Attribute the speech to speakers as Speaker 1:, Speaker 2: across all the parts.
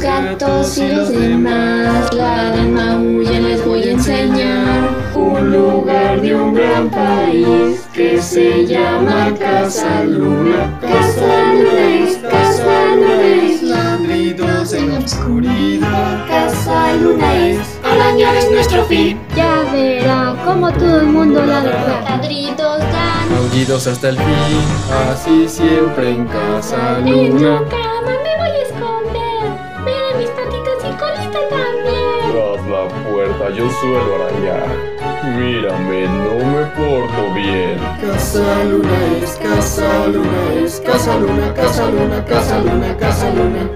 Speaker 1: gatos y los demás ladran, maullan, les voy a enseñar un lugar de un gran país que se llama Casa Luna. Casa Luna es, Casa Luna es, ladridos en la oscuridad. Casa Luna es,
Speaker 2: Arañar es nuestro fin.
Speaker 3: Ya verá como todo el mundo la verdad.
Speaker 4: Ladridos dan,
Speaker 1: maullidos hasta el fin, así siempre en Casa
Speaker 3: En
Speaker 1: Luna.
Speaker 3: tu cama me voy a esconder. Miren mis patitas y colita también.
Speaker 5: Tras la puerta yo suelo arañar. Mírame, no me porto bien.
Speaker 1: Casa Luna es, Casa Luna es, Casa Luna, Casa Luna, Casa Luna, Casa Luna.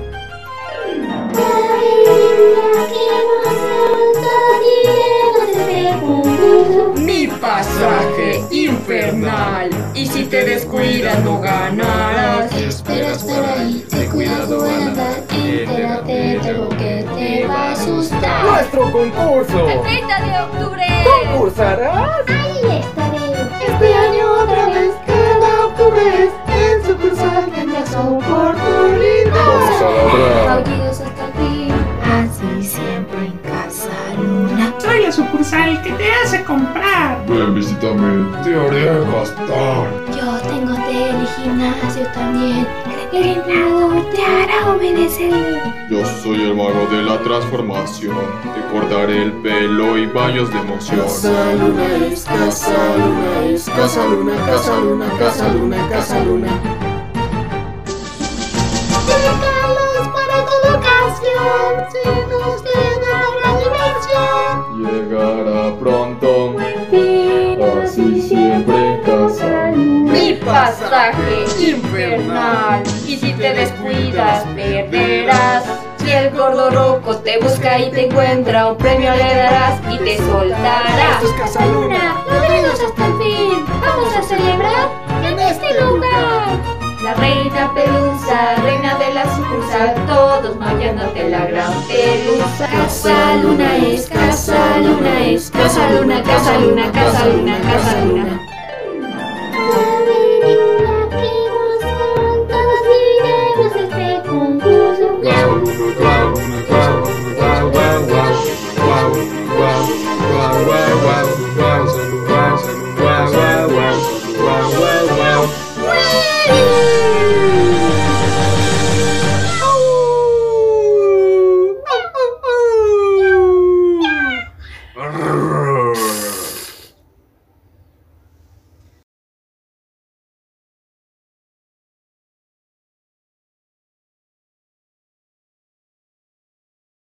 Speaker 6: Mi pasaje infernal. Y si te descuidas no ganarás.
Speaker 1: Espera, espera ahí, ten cuidado al andar, entérate de lo que te va a asustar.
Speaker 2: ¡Nuestro concurso!
Speaker 4: el 30 de octubre.
Speaker 2: ¿Concursarás?
Speaker 3: Ahí estaré.
Speaker 1: Este año otra vez, cada octubre en sucursal tendrás oportunidad.
Speaker 5: Vamos a ladrar.
Speaker 3: Maullidos hasta el fin.
Speaker 7: Así siempre en casa luna.
Speaker 8: Soy la sucursal que te hace comprar.
Speaker 5: Ven, visítame. Te haré gastar.
Speaker 3: Yo tengo tele y gimnasio también. El entrenador te hará obedecer.
Speaker 5: Yo soy el mago de la transformación. Te cortaré el pelo y baños de emoción.
Speaker 1: Casa Luna es, Casa Luna es, Casa Luna, Casa Luna, Casa Luna, Casa Luna.
Speaker 3: Regalos para toda ocasión. Si nos queda la gran diversión.
Speaker 5: Llegará pronto.
Speaker 1: Así siempre en Casa
Speaker 6: Mi pasaje infernal. Y si te descuidas perderás. Si el gordo loco te busca y te encuentra, un premio le darás y te soltará.
Speaker 2: Esto es Casa Luna.
Speaker 3: Luna, ladridos hasta el fin. Vamos a celebrar en este lugar.
Speaker 6: La reina pelusa, reina de la sucursal, todos maullándote la gran pelusa. Casa luna es, casa luna es, casa luna, casa luna, casa luna, casa luna.
Speaker 3: este